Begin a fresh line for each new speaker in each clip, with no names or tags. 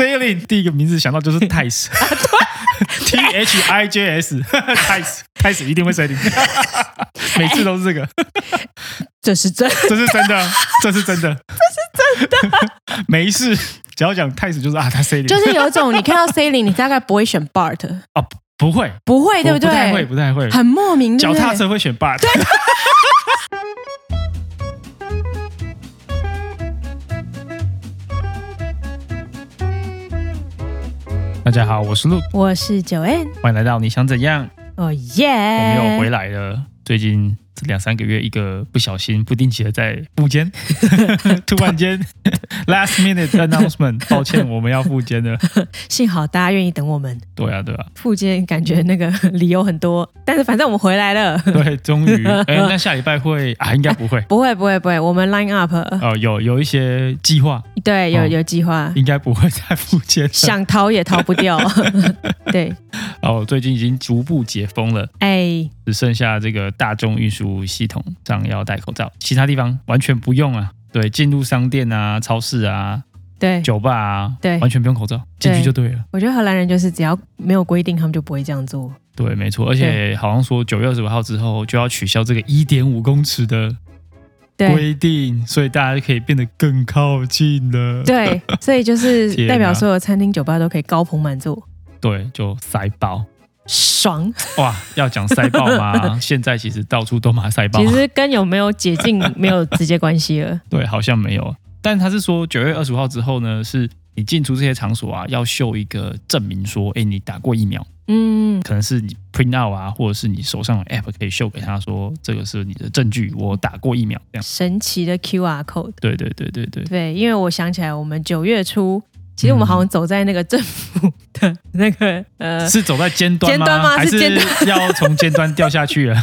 Thailand 第一个名字想到就是 Tice。T H I J S Tice Tice 一定会 setting，每次都是这个，
这是真
这是真的，这是真的， 这是真的。没事，只要讲 Tice 就是啊，他 setting
就是有一种你看到 Sailing，你大概不会选 Bart，
啊，不不会，
不会对
不
对？
不太会，不太会。
很莫名，对
脚
不对
踏车会选 Bart。大家好，我是 Luke，
我是九 N，
欢迎来到你想怎样？
哦耶！
我们又回来了。最近这两三个月，一个不小心、不定期的在复健， 突然间 last minute announcement，抱歉，我们要复健了。
幸好大家愿意等我们。
对啊，对啊，
附件感觉那个理由很多，但是反正我们回来了。
对，终于，哎，那下礼拜会啊？应该不会。
不会不会不会，我们 line up，呃
哦，有有一些计划，
对，有
哦
有计 划，
应该不会再复健了。
想逃也逃不掉。 对，
哦，最近已经逐步解封了，
哎，
只剩下这个大众运输系统上要戴口罩，其他地方完全不用啊。对，进入商店啊、超市啊、
对，
酒吧啊，
对
完全不用口罩，进去就对了。
我觉得荷兰人就是只要没有规定，他们就不会这样做。
对，没错，而且好像说九月二十五号之后就要取消这个一点五公尺的
对
规定，所以大家可以变得更靠近了。
对，所以就 是
天哪
代表所有餐厅酒吧都可以高朋满座，
对，就塞爆
爽。
哇！要讲塞爆 吗？现在其实到处都嘛塞爆
其，实跟有没有解禁没有直接关系 了。
对，好像没有。但他是说九月二十五号之后呢，是你进出这些场所啊，要秀一个证明说，哎，你打过疫苗，
嗯，
可能是你 print out 啊，或者是你手上的 app 可以秀给他说，这个是你的证据，我打过疫苗这样。
神奇的 QR code。
对对对对对，
对，因为我想起来，我们九月初，其实我们好像走在那个政府的那个、呃。
是走在尖端吗？
尖端吗
还
是尖端
是要从尖端掉下去 了？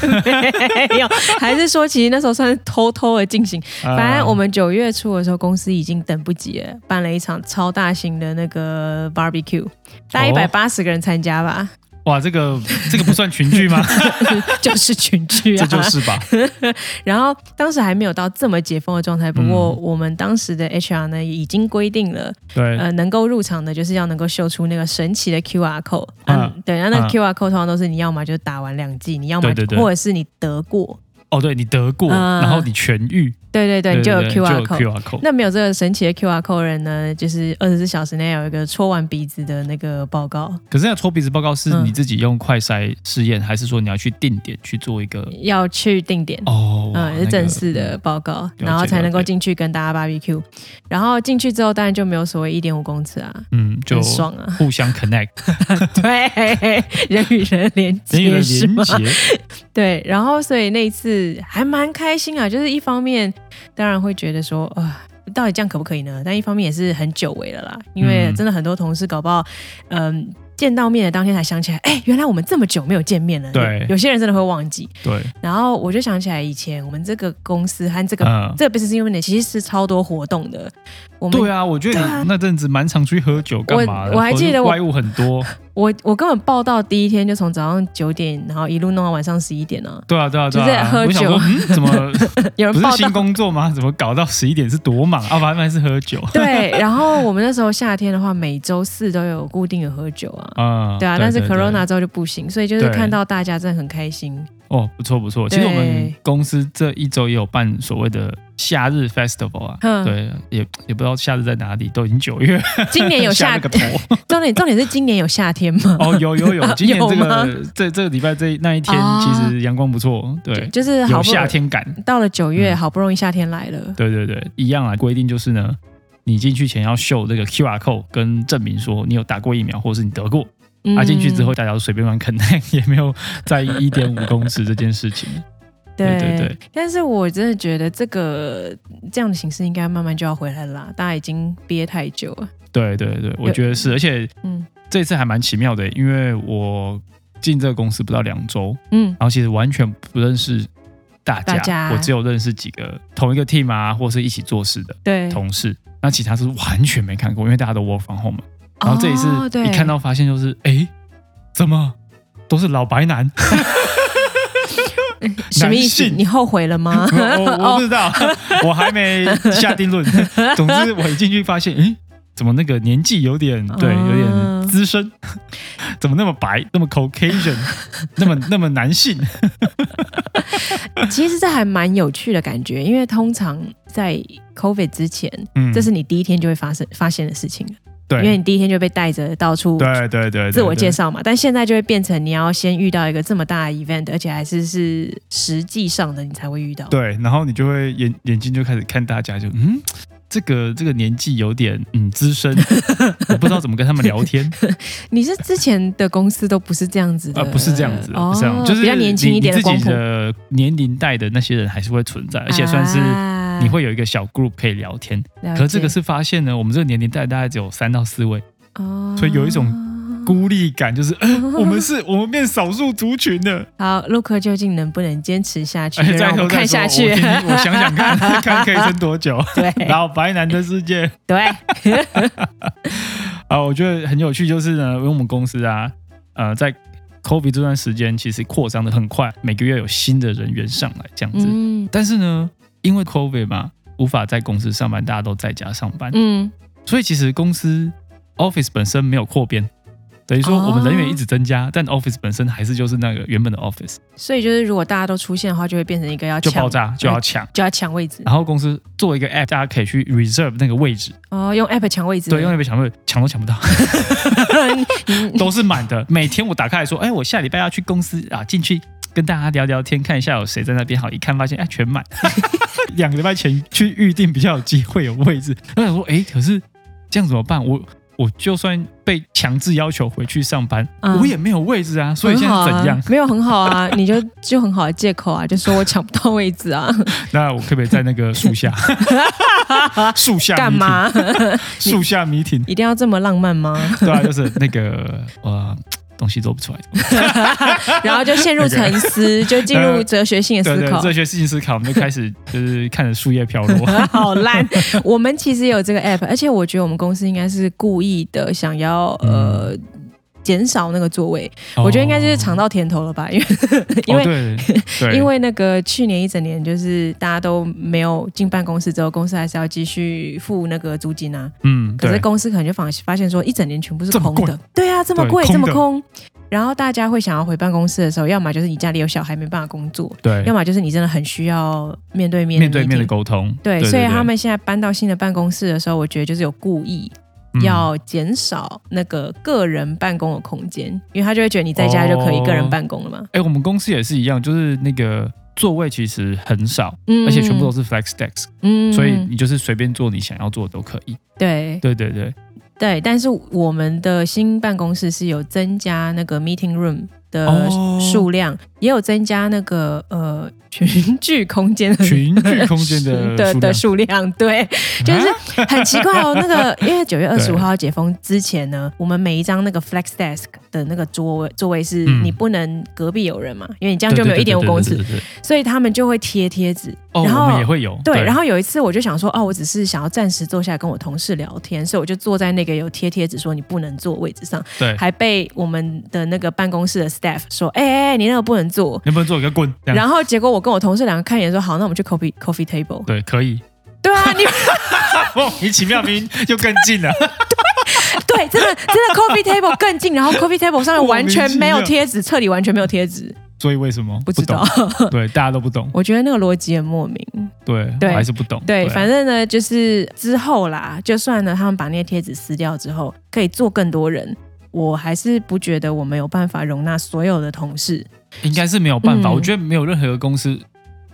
没有，还是说其实那时候算是偷偷的进行。
啊呃
反正我们九月初的时候，公司已经等不及了，办了一场超大型的那个 barbecue，大概一
哦
百八十个人参加吧，
哇，这个这个不算群聚吗？
就是群聚啊。
这就是吧。
然后当时还没有到这么解封的状态，不过
嗯
我们当时的 HR 呢已经规定了，
对，
呃，能够入场的就是要能够秀出那个神奇的 QR code。
嗯
嗯，对，然后那个
嗯
QR code 通常都是你要么就打完两剂，你要么
对对对
或者是你得过，
哦，对你得过，
嗯
然后你痊愈，
对对对，你就有 QR code。
QR code。
那没有这个神奇的 QR code 的人呢，就是二十四小时内有一个戳完鼻子的那个报告，
可是那搓鼻子报告是
嗯
你自己用快筛试验，还是说你要去定点去做一个？
要去定点。
哦，哇
嗯嗯，是正式的。报告，
解
然后才能够
了解
进去跟大家 barbecue，然后进去之后当然就没有所谓一点五公尺啊，
那个嗯，就
很爽啊，
互相 connect，
对，人与人连
人与
接
人
是
连
吗？
接。
对，然后所以那一次还蛮开心啊，就是一方面当然会觉得说啊。到底这样可不可以呢？但一方面也是很久违了啦，因为
嗯
真的很多同事搞不好，嗯、见到面的当天才想起来，哎、原来我们这么久没有见面了。
对
有有些人真的会忘记。
对，
然后我就想起来，以前我们这个公司和这个、
嗯，
这个 business unit 其实是超多活动的。我们
对啊，我觉得你那阵子蛮常出去喝酒干嘛的？
我我还记得我
怪物很多。
我我根本报到第一天就从早上九点，然后一路弄到晚上十一点呢、
对啊，对啊，对
就是在
啊。
喝
我想说，
酒
嗯，怎么
有
不是
人报到
新工作吗？怎 么搞到十一点是多忙啊？反正是喝酒。
对，然后我们那时候夏天的话，每周四都有固定的喝酒啊。
啊，
对啊，但是 Corona 之后就不行，所以就是
对
看到大家真的很开心。
哦，不错不错。其
对
实我们公司这一周也有办所谓的夏日 festival 啊，
嗯
对，也也不知道夏日在哪里，都已经九月，
今 年 有夏
那个头。
重点重点是今年有夏天吗？
哦，有有 有，今年这
吗
个这这个礼拜这那一天
哦
其实阳光不错，对，
就是
有
好不容
夏
易
天感，
到了九月，
嗯
好不容易夏天来了。
对对对，一样啊。规定就是呢，你进去前要秀这个 QR code 跟证明说你有打过疫苗，或者是你得过。啊，
嗯
进去之后，大家都随便乱 connect，也没有在意一点五公尺这件事情。
对
对对对
但是我真的觉得这个这样的形式应该慢慢就要回来了啦，大家已经憋太久了。
对对对，我觉得是，而且
嗯
这次还蛮奇妙的，因为我进这个公司不到两周，
嗯，
然后其实完全不认识大家，
大家
我只有认识几个同一个 team 啊，或是一起做事的
对。
同事，那其他是完全没看过，因为大家都 work from home 嘛。然后这一次
哦对
一看到发现就是，哎、怎么都是老白男？
什么意思？
男性？
你后悔 了吗 哦
哦 我我不知道，我还没下定论。总之我一进去发现，哎、怎么那个年纪有点
哦
对，有点资深， 怎么那么白，那么 Caucasian，那么那么男性？
其实这还蛮有趣的感觉，因为通常在 COVID 之前，
嗯，
这是你第一天就会发生发现的事情了，因为
对
你第一天就被带着到处
对对对，
自我介
绍，
绍嘛，但现在就会变成你要先遇到一个这么大的 event，而且还是是实际上的，你才会遇到。
对，然后你就会眼眼睛就开始看大家，就嗯。这个这个年纪有点嗯资 深，我不知道怎么跟他们聊天，
你是之前的公司都不是这样子的，
啊，不是这样子，
哦
不是这样，就是
比较年轻一点
你你自
的光
己
谱，
的年龄代的那些人还是会存在，而且算是
啊
你会有一个小 group 可以聊天。
了解
可是这个是发现呢，我们这个年龄代大概只有三到四位，
哦
所以有一种孤立感，就是、 呃、我们是我们变少数族群哎了。
好，陆克究竟能不能坚持下 去？
而且再
让啊我
头
们
再
看
说，
下
我听。
去
听我想想看，看可以撑多久。
对
然后白男的世界
对，
啊，我觉得很有趣，就是呢，因为我们公司啊，呃，在 COVID 这段时间其实扩张的很快，每个月有新的人员上来这样子。
嗯
但是呢，因为 COVID 嘛，无法在公司上班，大家都在家上班，
嗯，
所以其实公司 office 本身没有扩编，等于说
哦
我们人员一直增加，但 office 本身还是就是那个原本的 office，
所以就是如果大家都出现的话，就会变成一个要
就
抢
爆炸啊就要抢。
就要抢位置
然后公司做一个 app，大家可以去 reserve 那个位置，
哦，用 app 抢位置。
对， 因为被抢位抢都抢不到，都是满的。每天我打开来说，哎，我下礼拜要去公司啊，进去跟大家聊聊天，看一下有谁在那边。好，一看发现，哎，全 满。两个礼拜前去预定比较有机会有位置，然后我想说，哎，可是这样怎么办？我我就算被强制要求回去上班，
嗯
我也没有位置啊，所以现在怎样
很好啊？没有很好啊， 你就就很好的借口啊，就说我抢不到位置 啊，
那我可不可以在那个树 下？树下
干
meeting？
嘛？
树下 meeting，
一定要这么浪 漫吗？
对啊，就是那个呃东西做不出来，
然后就陷入沉思，就进入哲学性的
对
思
对，
考。
这些事情思考，我们就开始就是看着树叶飘 落。
好烂！我们其实有这个 app，而且我觉得我们公司应该是故意的，想要呃
嗯
减少那个座位。我觉得应该就是尝到甜头了吧，因为因为、
哦对 对，
因为那个去年一整年就是大家都没有进办公室之后，公司还是要继续付那个租金啊。
嗯，
可是
对
公司可能就发发现说，一整年全部是空
这么
的，对啊，这么
对
贵，
空
这
的
么空。然后大家会想要回办公室的时候，要么就是你家里有小孩没办法工作，要
对
么就是你真的很需要面对面
面对面的
meeting
沟通，
对，所以他们现在搬到新的办公室的时候，我觉得就是有故意
嗯
要减少那个个人办公的空间，因为他就会觉得你在家就可以个人办公了嘛。
哎，我们公司也是一样，就是那个座位其实很少，
嗯
而且全部都是 flex desk，
嗯
所以你就是随便做你想要做的都可以。
对
对对对，
对，但是我们的新办公室是有增加那个 meeting room 的
哦
数量，也有增加那个呃群聚空间的
群聚空间的
的
数
的
量
数量，对，就是
啊
很奇怪哦，那个因为九月二十
对
五号解封之前呢，我们每一张那个 flex desk 的那个座位座位是
嗯
你不能隔壁有人嘛，因为你这样就没有一点五公尺
对，对对对对对
所以他们就会贴贴纸。
哦，
然后
我们也会有
对，然
后
后有一次我就想说，哦，我只是想要暂时坐下来跟我同事聊天，所以我就坐在那个有贴贴纸说你不能坐位置上，
对，
还被我们的那个办公室的 staff 说，哎、哎、哎你那个不能坐。
能不能做一个棍？这样
然后结果我跟我同事两个看一眼说，好，那我们去 coffee coffee table。
对，可以。
对啊，你
莫名其妙，明明就更近了。
对，真的真的 coffee table 更近，然后 coffee table 上面完全没有贴纸，彻底完全没有贴纸，
所以为什么
不知道
懂？。对，大家都不懂。
我觉得那个逻辑很莫名。
对，
对
我还是不懂。
对，
啊
反正呢，就是之后啦，就算呢他们把那些贴纸撕掉之后，可以做更多人，我还是不觉得我们有办法容纳所有的同事，
应该是没有办法。
嗯
我觉得没有任何一个公司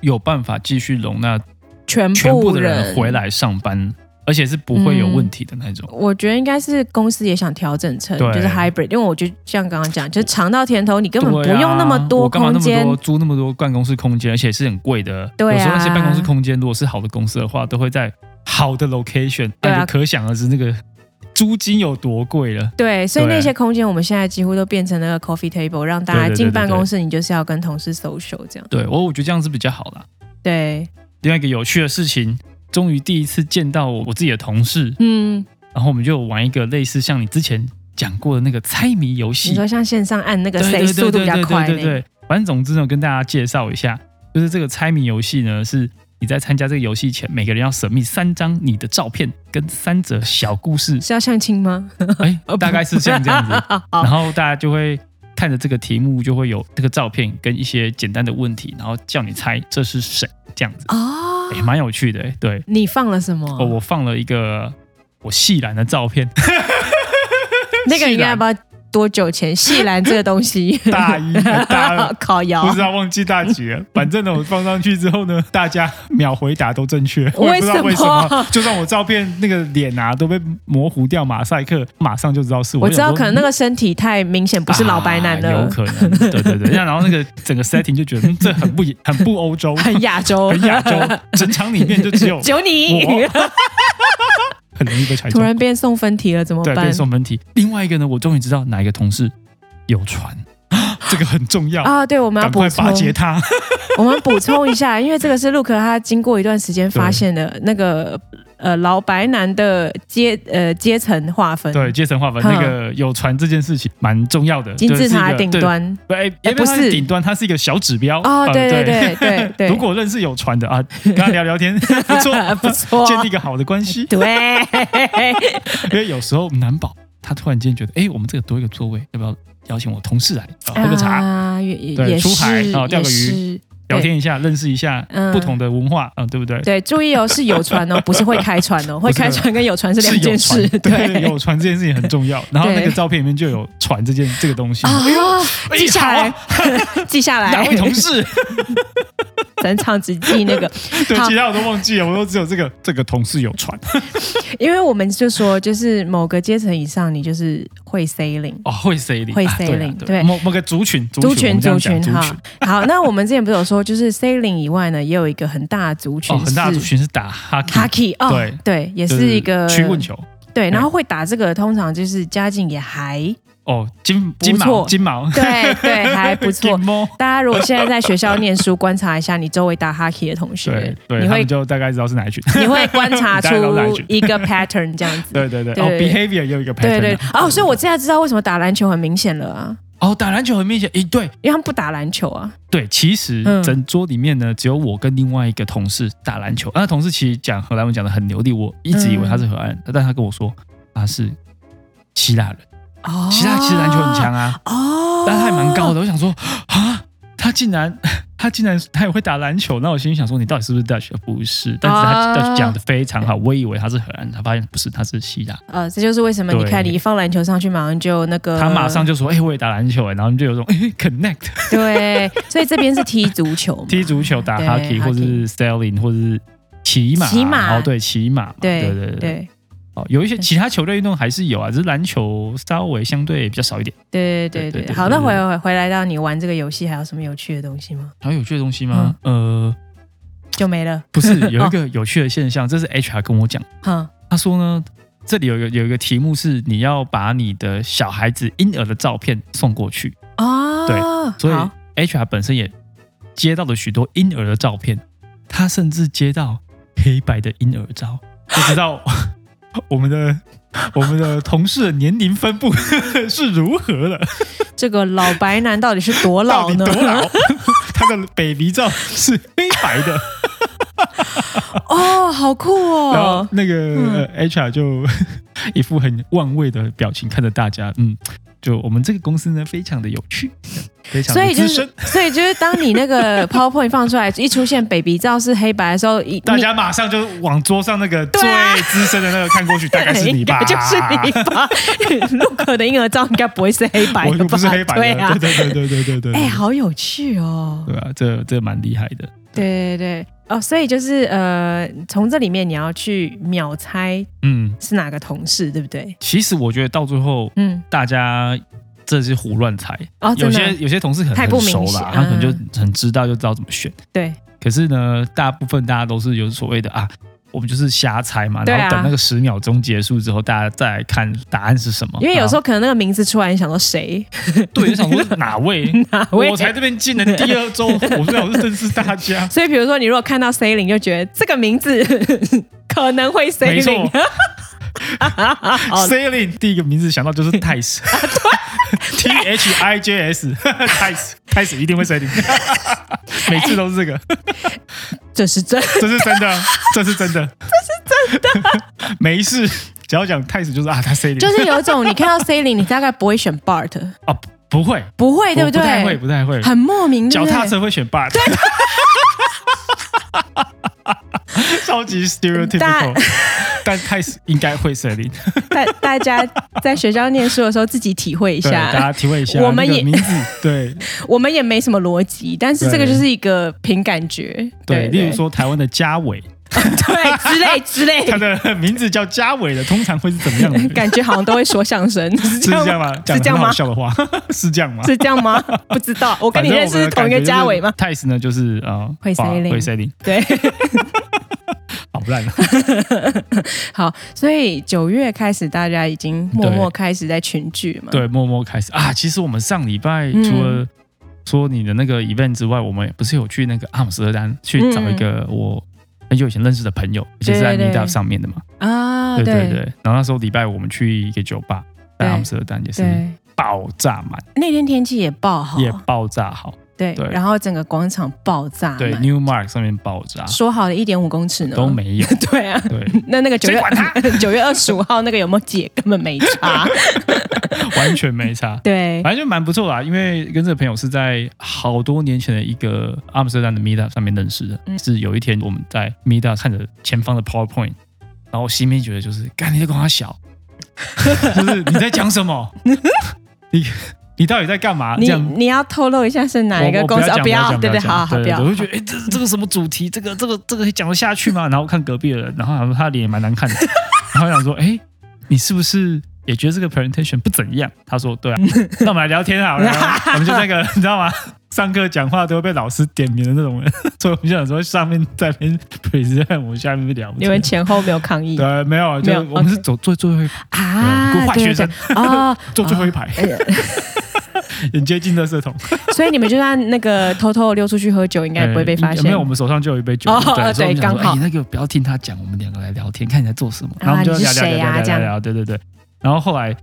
有办法继续容纳
全
全部
部
的人回。来上班，而且是不会有问题的那种。
我觉得应该是公司也想调整成
对
就是 hybrid，因为我就像刚刚讲，就是尝到甜头，你根本不
对啊
用那么多
我干嘛
空
那么
间
多，租那么多办公室空间，而且是很贵的。
对啊
有时候那些办公室空间，如果是好的公司的话，都会在好的 location，哎
对啊
那就可想而知那个租金有多贵了。
对，所以
对
那些空间我们现在几乎都变成那个 coffee table，让大
对
家
对对
进
对
办
对
公室，你就是要跟同事 social 这样。
对我，我觉得这样是比较好啦。
对，
另外一个有趣的事情，终于第一次见到我自己的同事，
嗯，
然后我们就玩一个类似像你之前讲过的那个猜谜游戏
你。说像线上按那个
对
谁
对
速度比较快
对对对对
那，
对，反正总之呢，跟大家介绍一下，就是这个猜谜游戏呢，是你在参加这个游戏前，每个人要神秘三张你的照片跟三则小故事
是要相亲吗？
哎、大概是像这 样子，然后大家就会看着这个题目，就会有这个照片跟一些简单的问题，然后叫你猜这是谁这样子，
哦，
也、蛮有趣的、哎对，
你放了什么？
哦，我放了一个我细染的照片，
那个
细
应该
兰
要不要多久前？细兰这个东西，
大一大 二
烤窑
不知道忘记大几 了。反正呢，我放上去之后呢，大家秒回答都正 确，我也不知道为什
为什
么，就算我照片那个脸啊都被模糊掉，马赛克马上就知道是我。
我知道，
想说嗯
可能那个身体太明显，不是老白男
啊有
了，
可能，对对对。那然后那个整个 setting 就觉得嗯这很不很不欧 洲，
很亚洲
很， 亚洲，整场里面就只有
只有你。
我， 很容易被猜
突
中。
然变送分题了，怎么
对，
办
变？送分题。另外一个呢，我终于知道哪一个同事有船， 这个很重要，
啊，对，我们要
赶
补
快
充
巴，结他。
我们补充一下，因为这个是陆可他经过一段 时间发现的那个呃老白男的阶呃阶层划分，
对，阶层划分
哼
那个有船这件事情蛮重要的，
金
就是
字
一
塔
个
顶。端
对哎，
哎
也不
不是
是顶端，它是一个小指标
哦
呃，
对对
对
对对对，
如果认识有船的啊，跟他聊聊天， 不错
不 错
建立一个好的关系。
对，
因为有时候难保他突然间觉得，哎，我们这个多一个座位，要不要邀请我同事来啊喝个茶，
啊，也
对
也也
出海
是
啊钓个鱼
也是
聊天一下，认识一下
嗯
不同的文化啊，对不对？
对，注意哦，是有 船哦，不是会开船哦，会
不是
开船跟有船是两件
是
事
有，船对，有船这件事情很重要。然后那个
对
照片里面就有船这件这个东西，
啊，
哎
记下来，记下
哪
来
位，同事？
整场只记那个，
对，
好
其他我都忘记了，我都只有这个这个同事有船。
因为我们就说，就是某个阶层以上，你就是会 sailing。
哦，会 C 零，
会
啊
sailing，
对啊
对
某某个族群，
族
群，我
群
们这
族
样讲
群
族
哈
群，哦
好，那我们之前不是有说，就是 sailing 以外呢，也有一个很大的族群
哦，
是，
很大的族群是打哈基，
hockey 哦，
对
对，也
就是
一个
曲棍，球。嗯
对，然后会打这个，通常就是家境也还
哦，金
不
金毛，
错
金 毛，
对对，还不 错
金。毛。
大家如果现在在学校念书，观察一下你周围打哈 k 的同
对
学，
对，
你
他
会
们就大概知道是哪一群。
你会观察出
大家都懒觉
一个 pattern 这样子。
对对对，
对
哦，behavior 也有一个 pattern
对
啊。
对哦，所以我现在知道为什么打篮球很明显了啊，
哦，打篮球很明显，诶，对
因为他们不打篮球啊。
对，其实
嗯
整桌里面呢，只有我跟另外一个同事打篮球。那同事其实讲荷兰文讲的很流利，我一直以为他是荷兰人，但他跟我说他是希腊人。
哦，
希腊其实篮球很强啊，
哦，
但他还蛮高的。我想说啊，他竟然 他竟然他也会打篮球，那我心里想说，你到底是不是 Dutch？不是，但是他
啊
Dutch 讲的非常好，我以为他是荷兰人，他发现不是，他是希腊。
呃，这就是为什么
对
你看你一放篮球上去，马上就那个，
他马上就说：“哎、我也打篮球哎。”然后就有种、 哎 connect
嗯对，所以这边是踢足球嘛，
踢足球、打
对
hockey 或者是 sailing 或者是骑马，
骑马
哦对，骑马嘛，
对
对对
对
哦，有一些其他球类运动还是有啊，只是篮球稍微相对比较少一
嗯
点。
对
对
对
对
对
对
对。好，
对
那回回回来到你玩这个游戏，还有什么有趣的东西吗？
然后有趣的东西 吗？呃，
就没了，
不是，有一个有趣的现象，这是 HR 跟我讲的。
哈，
他说呢，这里有一个有一个题目是你要把你的小孩子婴儿的照片送过去，
哦，对
所以 HR 本身也接到了许多婴儿的照片，他甚至接到黑白的婴儿照，就知道 我们的我们的同事的年龄分布 是如何了，
这个老白男到底是 多
到
老
底
呢
多？老？他的 baby 照是黑白的，
哦，好酷
然后
哦！
那个、呃 HR 就 一副很万味的表情看着大家，嗯，就我们这个公司呢非常的有趣，非常
所
的
以就
资深，
是，所以就是，当你那个 PowerPoint 放出来 一出现 baby 照是黑白的时候，一
大
你
家马上就往桌上那个最
对啊
资深的那个看过去，大概是你吧，
应该 就是你吧？ 陆可的婴儿照应该不会是黑白
我
的
又
吧？
不是黑白的，
对啊。
对对对对对对对，
哎、好有趣哦！
对啊，这这蛮厉害的，
对对对，哦，所以就是呃，从这里面你要去秒猜
嗯，
是哪个同事，对不对？
其实我觉得到最后
嗯，
大家。这是胡乱猜，
哦，
有
真
些
的，
有些同事可能
太不
很
明
熟
显
啦，他可能就
嗯
很知道，就知道怎么选。
对
可是呢，大部分大家都是有所谓的啊，我们就是瞎猜嘛，
对啊
然后等那个十秒钟结束之后，大家再来看答案是什么。
因为有时
候
候可能那个名字出来，你想说谁
对，就想 说哪位，
哪位。
我？才这边进了第二周，我最好是认识大家
所以比如说你如果看到 C 零，就觉得这个名字 可能会 C
没错
零，哦
s a i l i n 第一个名字想到就是 Tice。T H I J S，Tice，Tice 一定会 s a i l i n 每次都是这个。
这是真的，
这是真的，这是 真的，这是 真的。没事，只要讲太子就是啊，他 C 零
就是有一种你看到 C 零，你大概不会选 Bart，
啊，不会，
不会对
我
对？
不太会，不太会。
很莫名，对
脚
不对
踏车会选 b u t 超级 stereotypical，但 太子应该会 C 零。
大大家在学校念书的时候自己体会一
对，大
下，
家体会一下
啊我们
那个
也
名字， 对
我们也没什么逻辑，但是这个就是一个凭感觉，
对，例如说台湾的嘉伟，
对之类之类
他，的名字叫嘉伟的，通常会是怎么样的？
感觉好像都会说相声，是
是这样吗？讲
是这
得
样
很好
吗？
笑的话， 是这样吗？
是这样吗？不知道，我跟你认识是同一个嘉伟吗？
泰斯呢，就是呃，
会
把
sailing
会 sailing，
对，
好烂啊！
好，所以九月开始，大家已经默默开始在群聚嘛，
对，默默开始啊。其实我们上礼拜
嗯
除了说你的那个 event 之外，我们不是有去那个阿姆斯特丹去找一个我很久以前认识的朋友，而且是在
嗯对对
Meet
对
Up 上面的嘛。
啊，
对对
对
对。然后那时候礼拜五我们去一个酒吧，在
对
阿姆斯特丹也是
对，哦
爆炸满，
那天天气也爆好，
也爆炸好。
对
对，
然后整个广场爆炸
对
满，
，New Mark 上面爆炸
说好的一点五公尺呢
都。没有。
对啊，
对，
那那个九
谁
月
管他 哎
九月二十五号那个有没有解， 根本没差。
完全没差。
对，
反正就蛮不错啦，因为跟这个朋友是在好多年前的一个阿姆斯特丹的 Meetup 上面认识的。
嗯
是有一天我们在 Meetup 看着前方的 PowerPoint，然后心里觉得就是，干你在跟他小， 就是你在讲什 么？你你到底在干嘛？这
你
样
你要透露一下是哪
我
一个
我
公司？
不要讲
啊要，
讲
对对，
讲
好好
对
不
对
要
我。就觉得，哎，这这个什么主题？这个这个这个讲得下去吗？然后看隔壁的人，然后想说他的脸也蛮难 看的，然后想说，哎，你是不是？也觉得这个 presentation 不怎样，他说对啊，那我们来聊天好 了，我们就那个你知道吗？上课讲话都会被老师点名的那种人，所以我们就想说上面在那边 present，我们下面聊天。
你们前后没有抗议
对没有，就
没有
我们是走坐最后一
啊
对？坏
对
学
对
生
对哦，
坐最后一排，很接近的社桶，
所以你们就算那个偷偷地溜出去喝酒，应该也不会被发现。
哎没有，我们手上就有一杯酒。
哦
对，
哦
所以我们想
对
说
刚好
哎那个不要听他讲，我们两个来聊天，看你在做什么。然后我
啊
们就
你
聊
是
聊聊
谁
聊
啊
聊
这样
聊聊，对对对。然后后来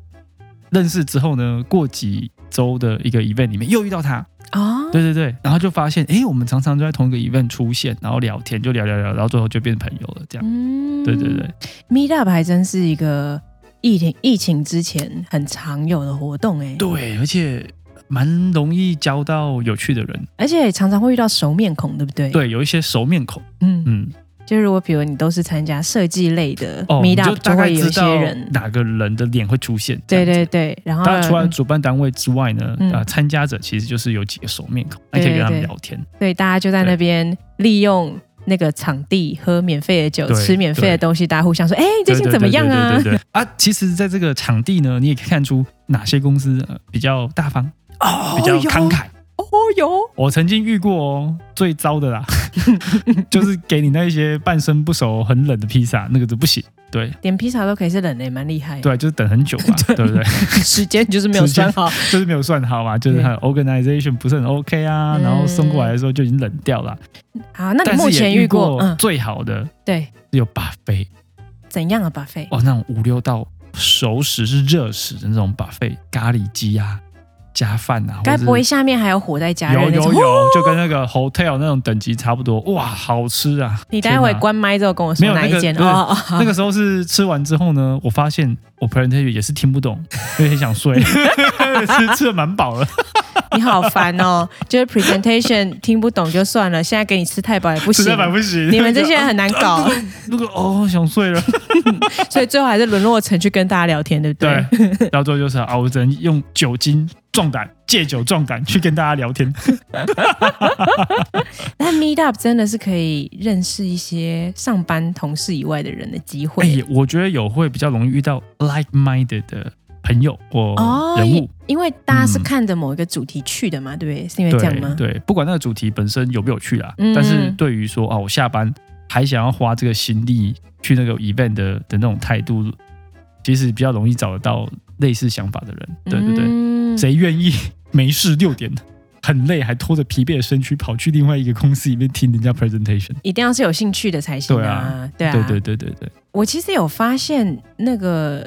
认识之后呢，过几周的一个 event 里面又遇到他，
哦，
对对对，然后就发现，哎，我们常常就在同一个 event 出现，然后聊天就聊聊聊，然后最后就变朋友了，这样。
嗯
对对对，
，Meet Up 还真是一个疫情疫情之前很常有的活动哎，
对，而且蛮容易交到有趣的人，
而且常常会遇到熟面孔，对不对？，
对，有一些熟面孔，
嗯，
嗯，
就如果比如你都是参加设计类的
哦，你
Meet
就
Up，
大概
会有
知
一些
道
人，
哪个人的脸会出现，这
对
样子
对对，然后
当然，除了主办单位之外呢，
嗯
啊，参加者其实就是有几个熟面孔，还可以跟他们聊天。
对大家就在那边利用。那个场地喝免费的酒，
对
吃免费的东西，大家互相说：“哎、你最近怎么样啊
对对对对对对啊，其实，在这个场地呢，你也可以看出哪些公司、呃、比较大方，？”
哦
比较慷慨。
哦哟，
我曾经遇过哦，最糟 的啦，就是给你那些半生不熟、很冷的披萨，那个就不行。对
点披萨都可以是冷的，也蛮厉害。，
对，啊就是等很久嘛，对不对？
时间就是没有算好。
就是没有算好嘛，就是它的 organization 不是很 OK 啊，
嗯
然后送过来的时候就已经冷掉了。
好，那
但
你
是
目
也
前
遇
过嗯，
最好的
对，
有巴菲。
怎样啊，buffet？
哦，那种五六道熟食是热食的那种 buffet，咖喱鸡啊，加饭啊，
该
或者是
不会下面还有火在加热
有
那
有
种？
有，就跟那个 hotel 那种等级差不多，哇，好吃 啊！
你待会
天哪
关麦之后跟我说
没有
哪
那
一
个
间
不是
哦。哦
那个时候是吃完之后呢，我发现我 presentation 也是听不懂，有点想 睡，吃吃的蛮饱了，
你好 烦哦，就是 presentation 听不懂就算了，现在给你吃太饱也不
实
行
在。蛮不行。
你们这些人很难 搞，
那个哦，想睡 了。
所以最后还是沦落成去跟大家聊天，对不
对？， 然后最后就是啊，我只能用酒精壮胆，借酒壮胆去跟大家聊天。
但 meet up 真的是可以认识一些上班同事以外的人的机
哎、
会
我觉得有会比较容易遇到 like minded 的朋友或人
因
物。
因为大家是
嗯
看着某一个主题去的嘛，对不对？是因为这样
对
吗？
对，不管那个主题本身有没有趣啦，
嗯
但是对于说啊，我下班还想要花这个心力去那个 event 的的那种态度，其实比较容易找得到类似想法的人。对对对，
对
谁愿意没事六点很累还拖着疲惫的身躯跑去另外一个公司里面听人家 presentation？
一定要是有兴趣的才行啊，对啊，
对对对对对，
我其实有发现那个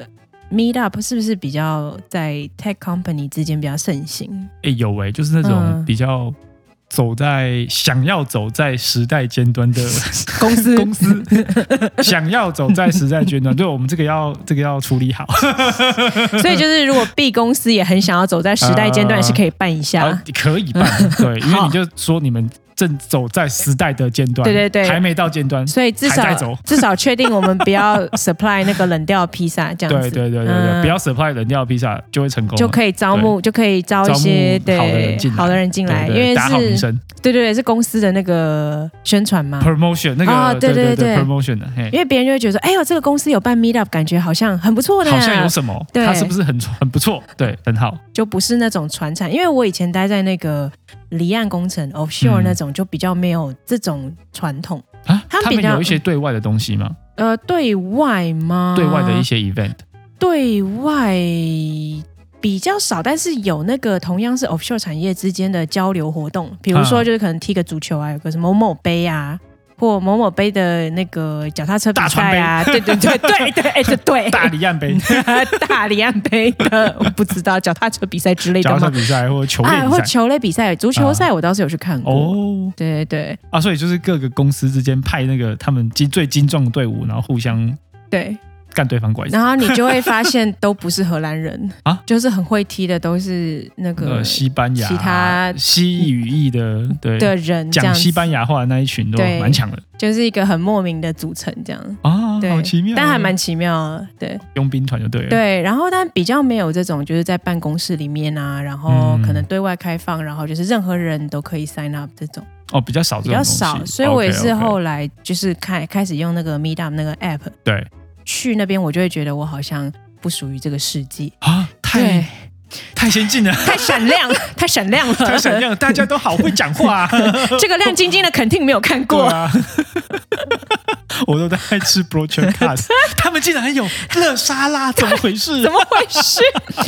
Meet Up 是不是比
欸
较在 tech company 之间比较盛行？
哎、有哎、就是那种
嗯
比较走在想要走在时代尖端 的
公司
公司，想要走在时代尖端，对我们这个要这个要处理好，
所以就是如果 B 公司也很想要走在时代尖端，也是可以办一下。
好啊可以办对，因为你就说你们正走在时代的尖端，
对对对
还没到尖端，
所以至
还在
少
走
至少确定我们不要 supply 那个冷掉披萨这样
对
子，
对对对对，
嗯
不要 supply 冷掉披萨就会成功了，
就可以招募，就可以招一些
招募好的人
对
进来
好的人进来，
对
因
对
为
打好名
是
声
对对对是公司的那个宣传嘛，
promotion 那
啊
个
对
对
对
对
对
promotion 的，嘿
因，为别人就会觉得说，哎呦这个公司有办 meet up，感觉好像很不错的，
好像有什么，
对
它是不是很很不错？对，很好，
就不是那种船产，因为我以前待在那个离岸工程 offshore
嗯
那种，就比较没有这种传统。
啊，
他们
他
比
们
较
有一些对外的东西吗？
呃，对外吗？
对外的一些 event，
对外比较少，但是有那个同样是 offshore 产业之间的交流活动，比如说
啊
就是可能踢个足球啊，有个什么某某杯啊。或某某杯的那个脚踏车比赛啊，对对对对对，哎，对对，
大离岸
嗯
杯
大里岸杯的，我不知道脚踏车比赛之类的
脚踏
吗
车？比赛或者球
啊，
类比
或
赛。
球类比赛、足球赛，我倒是有去看过。
啊哦
对对
啊，所以就是各个公司之间派那个他们精最精壮的队伍，然后互相
对，
干对方拐子。
然后你就会发现都不是荷兰人
哎 啊
就是很会踢的都是那个
呃，西班牙、
其他嗯
西语裔的，对，
的人，这
讲
样子
西班牙话的那一群都
对
蛮强的
就是一个很莫名的组成这样。
啊，
对，
好奇妙哦，
但还蛮奇妙的，对
佣兵团就对了。
对。然后，但比较没有这种，就是在办公室里面啊，然后
嗯
可能对外开放，然后就是任何人都可以 sign up 这种，
哦，比较少这
比
种
较
东西，
少。所以我也是
OK，OK
后来就是开开始用那个 Meetup 那个 app
对
去那边，我就会觉得我好像不属于这个世界，
啊，
对
太，太先进了，
太闪亮， 太闪亮了，
太闪亮了，大家都好会讲话、啊。
这个亮晶晶的肯定没有看
对
过。
啊， 我都在吃 broadcast，他们竟然有热沙拉，怎么回事啊
怎？么回事？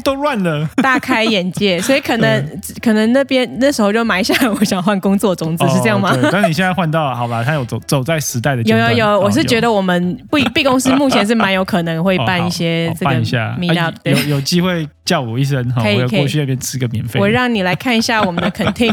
都乱了。
大开眼界，所以可能可能那边那时候就埋下了我想换工作种子，是这样吗
哦？对但是你现在换到好吧，他有走走在时代的尖
有有
端
哦
哦
有，我是觉
得
得我们不 B 公司目前是蛮有可能会办一哎些这
哦
个
办一下
meet up，
啊
对
有有机会叫我一声哈，
可以
我要
可以
过去那边吃个免费的。
我让你来看一下我们的肯 定，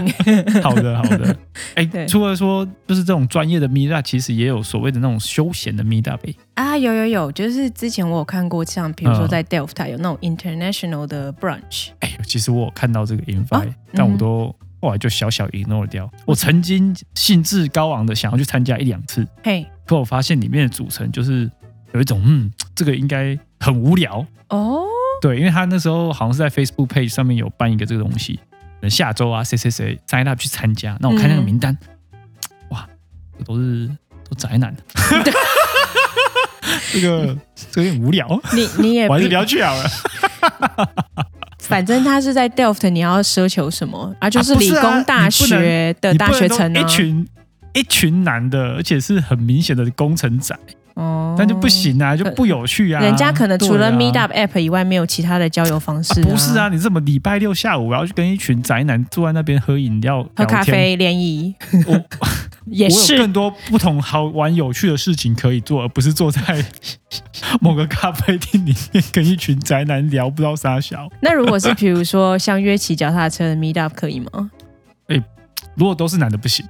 好的好 的。哎、
对
除了说就是这种专业的 meet up，其实也有所谓的那种休闲的 meet up、哎
啊，有有有，就是之前我有看过，像比如说
嗯
在 Delft 有那种 international 的 brunch，
哎呦，其实我有看到这个 invite，、
哦
但
嗯
我都后来就小小 ignore 掉。我曾经兴致高昂的想要去参加一两次，
嘿，
可我发现里面的组成就是有一种嗯，这个应该很无聊。
哦，
对，因为他那时候好像是在 Facebook page 上面有办一个这个东西，可能下周啊谁谁谁 sign up 去参加。那我看那个
嗯
名单，哇，这都是都宅 男，这个这个有点无聊，
你你也
我
哎不
还是不要去好了。
反正他是在 Delft，你要奢求什么啊？就是
啊不
理
是啊
工大学的
你不
大
能
学
都
城啊
一，群一群男的，而且是很明显的工程仔，
哦
但就不。行啊，就不有趣啊。
人家可能除了
对啊
Meet Up App 以外，没有其他的交友方式、
不是啊，，你怎么礼拜六下午我要去跟一群宅男坐在那边喝饮料、
喝咖
聊天？
啡、联谊
我
也
我有
是
更多不同好玩有趣的事情可以做，而不是坐在 某个咖啡厅里面跟一群宅男聊不知道啥小。
那如果是比如说像约骑脚踏车的 Meet Up 可以吗？
如果都是男的不行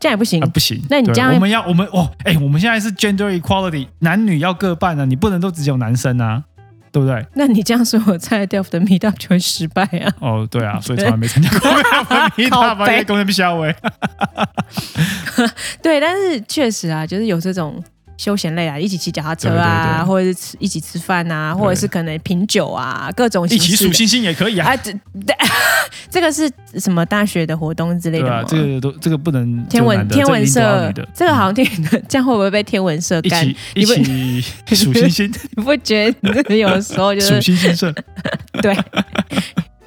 这样也不行
啊，不行。
那你
对
这样
我们要我们哦，哎、我们现在是 gender equality，男女要各半啊，你不能都只有男生啊，对不对？
那你这样说，我在 Delft 的 Meet Up 就会失败啊！
哦，对 啊，所以从来没参加过米 大
靠
吧，
北
因为公司不消 委。
对，但是确实啊，就是有这种休闲类啊，一起骑脚踏车啊，
对对对
或者是吃一起吃饭啊，或者是可能品酒啊，各种
一
形
起
式
数
的
星星也可以啊。
啊，这 这这个是什么大学的活动之类
对
的吗？
啊，这个都这个不能
天文
只有
天
男的
文
这个一定都要啊
社
女的，
这个好像天这样会不会被天文社
一
干？
起
你
一
不
起 数星星，
你不觉得有时候 就
数
是
星星社
对，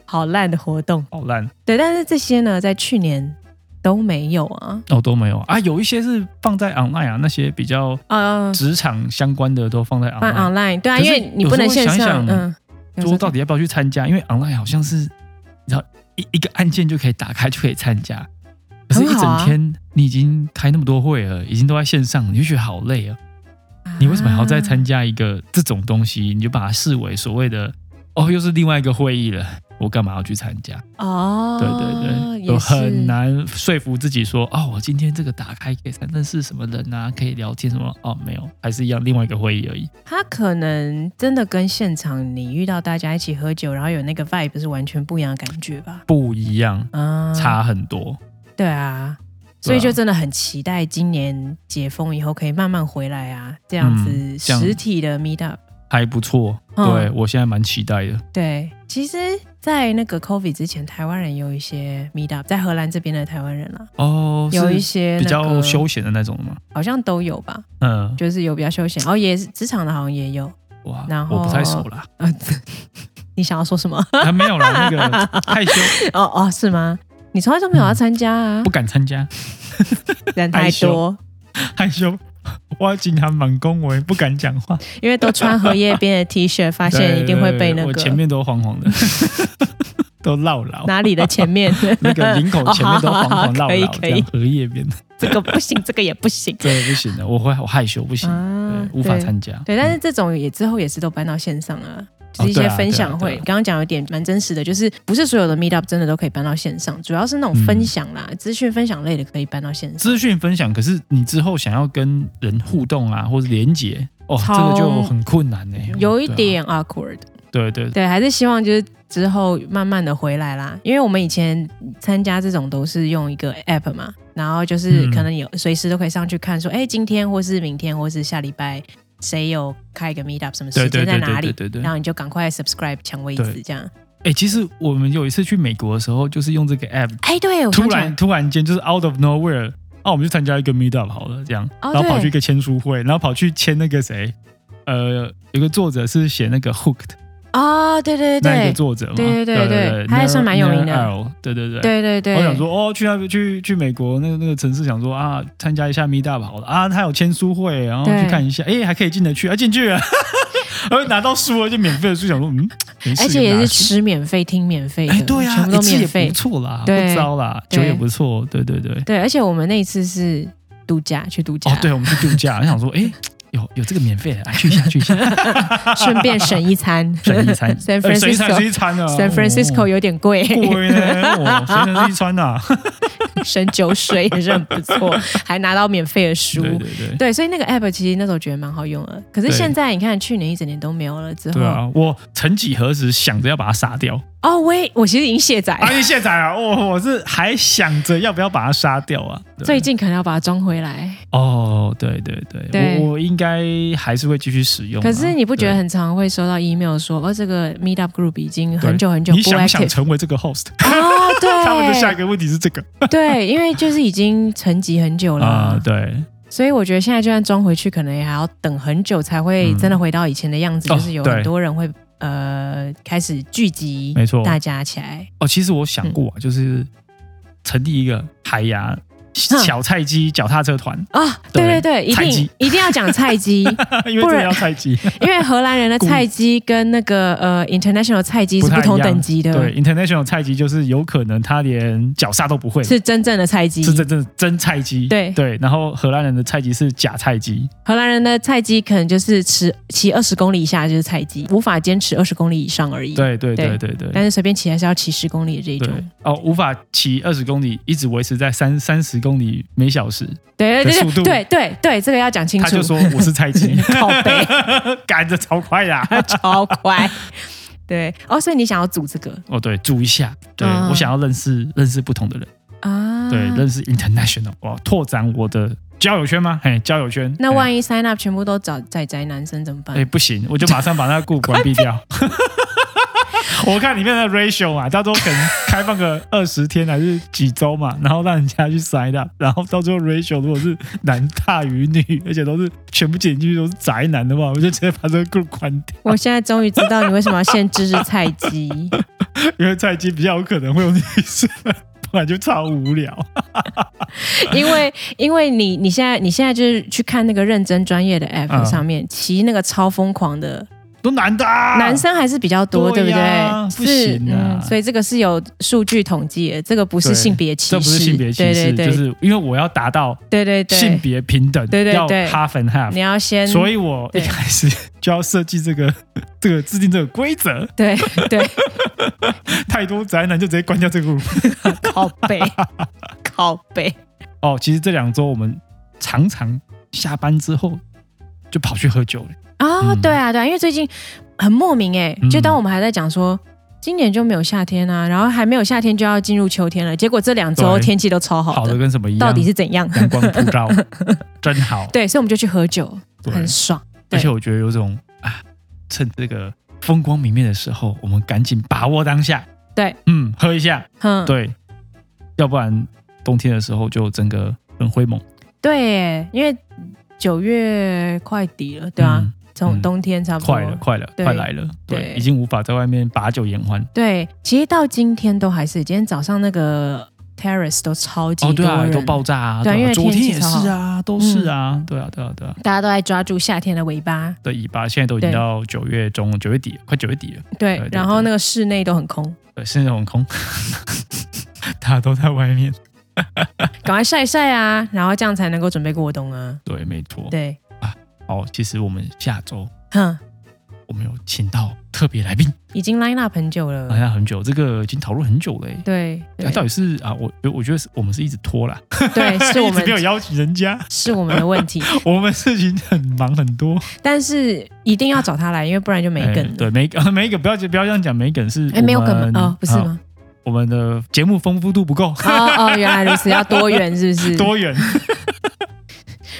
好烂的活动。
好烂
对，但是这些呢，在去年都没有啊。
哦都没有啊，有一些是放在 online 啊，那些比较
啊，
职场相关的都放在
办
online。
online 对啊，
可是
因为你不能线
有时候
上，
想一想
嗯，有时
说
候
到底要不要去参加？因为 online 好像是你知道一一个按键就可以打开就可以参加，可是一
很好啊
整天你已经开那么多会了，已经都在线上，你就觉得好累啊。你为什么还要再参加一个这种东西？你就把它视为所谓的哦，又是另外一个会议了，我干嘛要去参加？
哦，
对对对，
也
我
是
很难说服自己说，哦，我今天这个打开可以认识什么人啊，可以聊天什么？哦，没有，还是一样另外一个会议而已。
他可能真的跟现场你遇到大家一起喝酒，然后有那个 vibe 是完全不一样的感觉吧？
不一样，
啊，
差很多。
对啊，所以就真的很期待今年解封以后可以慢慢回来啊，这样子
嗯这样
实体的 meet up。
还不错，
嗯
对我现在蛮期待的。
对，其实，在那个 COVID 之前，台湾人有一些 meet up，在荷兰这边的台湾人啊，
哦，
有一
是
些、那
比较
个
休闲的那种嘛，
好像都有吧，
嗯，
就是有比较休闲，哦，也是职场的好像也有。
哇，
然后
我不太熟啦，
啊你想要说什么？
还没有啦，那个害羞，
哦哦，是吗？你从来都没有要参加啊
不，敢参加，
人太
害羞
多，
害羞。我经常蛮恭维，不敢讲话，
因为都穿荷叶边的 T 恤，发现一定会被
对对
那
对我
个
前面都黄黄的，都落牢，
哪里的前面
那个领口前面都黄黄
哦好好好
落
可以
落，
可
这
以
样荷叶边，
这个不行，这 个也 不行
这不行的，我会我害羞，不行，
啊
对，无法
对
参加。
对，但是
嗯
这种也之后也是都搬到线上啊，就是一
对
些
啊
分享
对啊
会。
对啊
刚刚讲有点蛮真实的，就是不是所有的 meet up 真的都可以搬到线上，主要是那种
嗯
分享啦、资讯分享类的可以搬到线上。
资讯分享，可是你之后想要跟人互动啊，或者连接，哦，这
超
个就很困难呢、
有一点 awkward，
对啊，对对
对，还是希望就是之后慢慢的回来啦，因为我们以前参加这种都是用一个 app 嘛，然后就是
嗯
可能有随时都可以上去看说，哎、今天或是明天或是下礼拜谁有开一个 meet up，什么时
对对
间在
对
哪
对
里
对，对对。
然
哎、
后你就赶快 subscribe 抢位置
对
这样。
其实我们有一次去美国的时候，就是用这个 app，
哎，对，我
突
想起来
然突然间就是 out of nowhere，啊，我们去参加一个 meet up 好了，这样，
哦
然后跑
对
去一个签书会，然后跑去签那个谁，呃，有个作者是写那个 hooked
哦，对对
那一
对
个作者嘛，
对对对
对
对他还算蛮有名的
Nerd Earl，对对对。
对对对，
我想说，哦，去那边去去美国那个那个城市，想说啊，参加一下 Meet Up 好了啊，他有签书会，然后
对
去看一下，哎，还可以进得去，啊，进去了， 然后拿到书了，就免费的书，想说，嗯，没事
而且也
拿
是
书
吃免费、听免费的，
哎，对
全
啊，
部
哎
都
吃
免
也
费
不。错啦，
对
不糟啦，
对
酒也不错，对对对，
对，而且我们那一次是度假，去度假，
哦，对，我们去度 假，我想说，哎，有有这个免费的，啊，去一下去一下，
顺便省一餐。
省一餐，
San
呃省一餐
Francisco
省一餐啊
San Francisco
哦
有点贵，
贵呢，哦，省一餐呐，
省酒水也是很不错， 还拿到免费的书。
对对对。
对，所以那个 app 其实那时候觉得蛮好用的，可是
对
现在你看，去年一整年都没有了之后，
对啊，我曾几何时想着要把它杀掉，
哦，我也我其实已经卸载了，
啊，你卸载啊！我我是还想着要不要把它杀掉啊。对
最近可能要把它装回来。
哦，对对对，
对
我我应该还是会继续使用啊。
可是你不觉得
对
很常会收到 email 说，哦，这个 Meetup Group 已经很久很久
你
不
想不
active
想成为这个 host？
哦，
他们的下一
对，
个问题是这个
对，因为就是已经沉寂很久了，
啊，对，
所以我觉得现在就算装回去，可能也还要等很久才会
嗯
真的回到以前的样子，
哦
就是有
对
很多人会呃开始聚集，
没错
大家起来，
哦，其实我
嗯
想过啊，就是成立一个海牙小菜鸡脚踏车团，
啊、对对对，一
菜
定
鸡
一定要讲 菜鸡，
因为
不
真
然
的要菜 鸡，
因为荷兰人的
故意
菜鸡跟那个呃 international 菜鸡是
不太
不
一样
同等级的，
对，international 菜鸡就是有可能他连绞杀都不会。
是真正的菜鸡。
是真正真菜鸡，
对
对，然后荷兰人的菜鸡是假菜鸡，
荷兰人的菜鸡可能就是骑骑二十公里以下就是菜鸡，无法坚持二十公里以上而已。，
对对
对
对对对，
但是随便骑还是要骑十公里的这一种
对。哦，无法骑二十公里，一直维持在三三十公里每小时，的
对对
速
对
度
对对对，这个要讲清
他
楚
就。说我是菜鸡，
靠背
赶着超快啊 呀、
超快。 对哦，所以你想要组这个
哦，对，注意一下，对、
嗯
我想要认识认识不同的人，
啊？
对，认识 international，哇， 拓展我的交友圈吗？嘿，交友圈。
那
嘿
万一 sign up 全部都找仔仔男生怎么办
哎、？不行，我就马上把那个顾关闭 掉。我看里面的 ratio 嘛，到时候可能开放 个二十天还是几周嘛，然后让人家去筛的，然后到最后 ratio 如果是男大于女，而且都是全部剪进去都是宅男的话，我就直接把这个 group 关掉，
我现在终于知道你为什么要限制是菜鸡。
因为菜鸡比较有可能会有女生， 不然就超无聊。
因为因为你你现在你现在就是去看那个认真专业的 app
嗯
上面骑那个超疯狂的
都男的、啊，
男生还是比较多，对
对呀
不对？是嗯
不行啊
所以这个是有数据统计的，这个不是
对
性别歧视，
这不是性别歧视，
对对对，
就是因为我要达到
对对对，
性别平等，
对对对
要 half and half，
你要先，
所以我一
对
开始就要设计这个这个制定这个规则，
对对，
太多宅男就直接关掉这个
靠 背靠背，
哦，其实这两周我们常常下班之后就跑去喝酒了，
啊、
嗯
对啊，对啊，因为最近很莫名哎、
嗯
就当我们还在讲说。今年就没有夏天啊，然后还没有夏天就要进入秋天了，结果这两周
对
天气都超好的，
好的嗯跟什么一样？
到底是怎样？
阳光普 照，真好。
对，所以我们就去喝酒，
对
很爽。对
而且我觉得有种啊，趁这个风光明媚的时候，我们赶紧把握当下。
对，
嗯，喝一下，
哼，
对，要不然冬天的时候就整个很灰蒙。
对耶，因为九月快底了，对啊，
嗯
从
嗯
冬天差不多。
快了，快了，
对
快来了，对
对，
已经无法在外面把酒言欢。
对，其实到今天都还是，今天早上那个 terrace 都超级
哦，
多
对啊，
人，
都爆炸啊，
对啊因
啊，
为
昨天
天气
也
超好嗯
是啊，都是啊，对啊，对啊，对啊。
大家都在抓住夏天的尾巴。
的尾巴现在都已经
对
到九月中了，九月底了，快九月底了，
对，
对对
然后那个室内都很空，
对，现在很空， 大家都在外面。
赶快晒一晒啊，然后这样才能够准备过冬啊。
对，没错。
对，
哦，其实我们下周
哼，
我们有请到特别来宾，
已经 line up 很久
好
了。
像很久，这个已经讨论很久了耶。
对
啊
嗯对
到底是啊，我我觉得是我们是一直拖啦，
对，是我
一直
们
没有邀请人家，
是我们的问 题，
我们事情很忙很多，
但是一定要找他来，因为不然就没梗
哎
了。
对，梅梗，梅梗，不要不要这样讲，梅梗是
哎，没有
我
梗
们
吗？哦，不是
啊
吗？
我们的节目丰富度不够，
哦哦，原来如此，要多元是不是？
多元，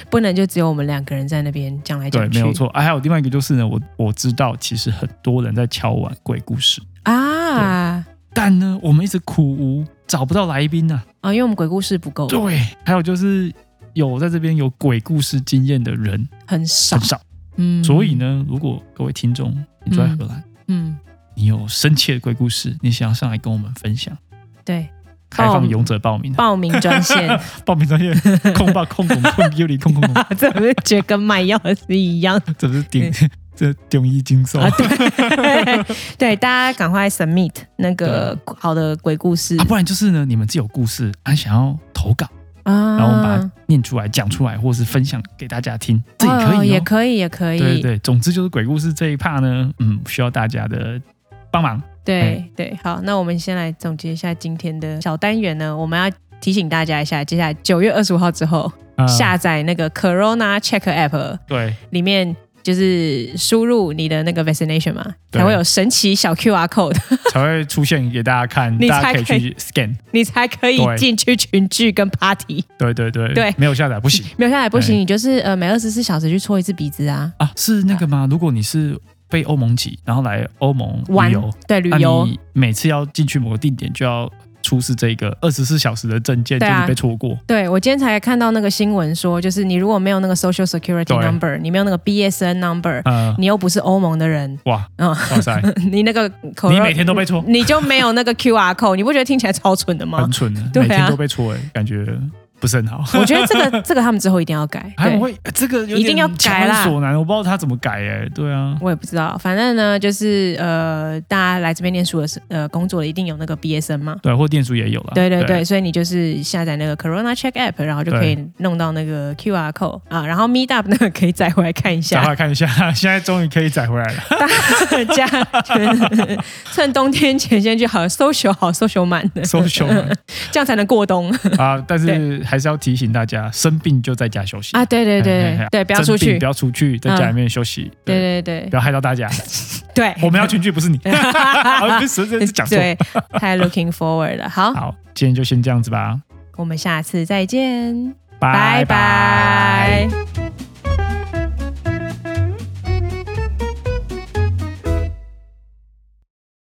不能就只有我们两个人在那边讲来
对，
讲去。
没有错。啊，还有另外一个就是呢，我我知道其实很多人在敲碗鬼故事，
啊。
但呢，我们一直苦无找不到来宾呢、
哦，因为我们鬼故事不够，
对，还有就是有在这边有鬼故事经验的人
很少
很，少，
嗯，
所以，呢，如果各位听众你住在荷兰，
嗯，
你有深切的鬼故事，你想要上来跟我们分享，
对，
开
报
放
名
勇者报名，
报名专线，
报名专业控报控控控 U 里控控控，
这不是觉得跟卖药是一样
这不是顶 这顶一惊悚
啊？对， 对，大家赶快 submit 那个好的鬼故事
啊，不然就是呢，你们自己有故事啊，想要投稿，
啊
然后我们把它念出来、讲出来，或是分享给大家听，这也可以、哦
哦也可以，也可以，
对对对，总之就是鬼故事这一趴呢，嗯，需要大家的帮忙。
对
哎
对，好，那我们先来总结一下今天的小单元呢，我们要提醒大家一下，接下来九月二十五号之后、
呃
下载那个 Corona Check App
对
里面。就是输入你的那个 vaccination 嘛，
对
才会有神奇小 QR code，
才会出现给大家看，
你
大家
才
可以
可以
去 scan。
你才可以
对
进去群聚跟 party。
对对对
对
没有下载不 行
没有下来不行，
对
你就是呃每二十四小时去搓一次鼻子啊，
啊。是那个吗？如果你是被欧盟挤，然后来欧盟
玩
旅游，
对 旅
那
游，
啊你每次要进去某个地点就要出示这个二十四小时的证件，就
对啊
是被错过。
对我今天才看到那个新闻说，就是你如果没有那个 social security
对
number，你没有那个 BSN number，
呃，
你又不是欧盟的人，
哇
嗯，
哇塞，
你那个 口嗯
你每天都被戳，
你就没有那个 QR code，你不觉得听起来超蠢的吗
很？蠢的，
对啊
每天都被戳，哎，感觉不是很 好。
我觉得这个这个他们之后一定 要改，
他们
对
会这个有点
一定要改
强
啦
人所难，我不知道他怎么改哎、对啊，
我也不知道，反正呢就是呃大家来这边念书的时呃工作的一定有那个 BSN 嘛，
对，啊或电书也有了，
对对对，所以你就是下载那个 Corona Check App，然后就可以弄到那个 QR code 啊，然后 Meet Up 那个 可以载回来看一
赶
下，
快看一下， 现在终于可以载回来 了。
大家 趁冬天前先去好搜 o 好搜 o 满的，
social
这样才能过冬
啊，但是还是要提醒大家，生病就在家休息
啊！，对对对
嘿嘿嘿
对，不要
生
出
病
去嗯
不，要出去，在家里面休息，对，
对对对
不要害到大 家。
对，
我们要群聚，不是你， 啊不是这是讲错。
对，太 looking forward 了。好，
好，今天就先这样子吧，
我们下次再见，
拜
拜拜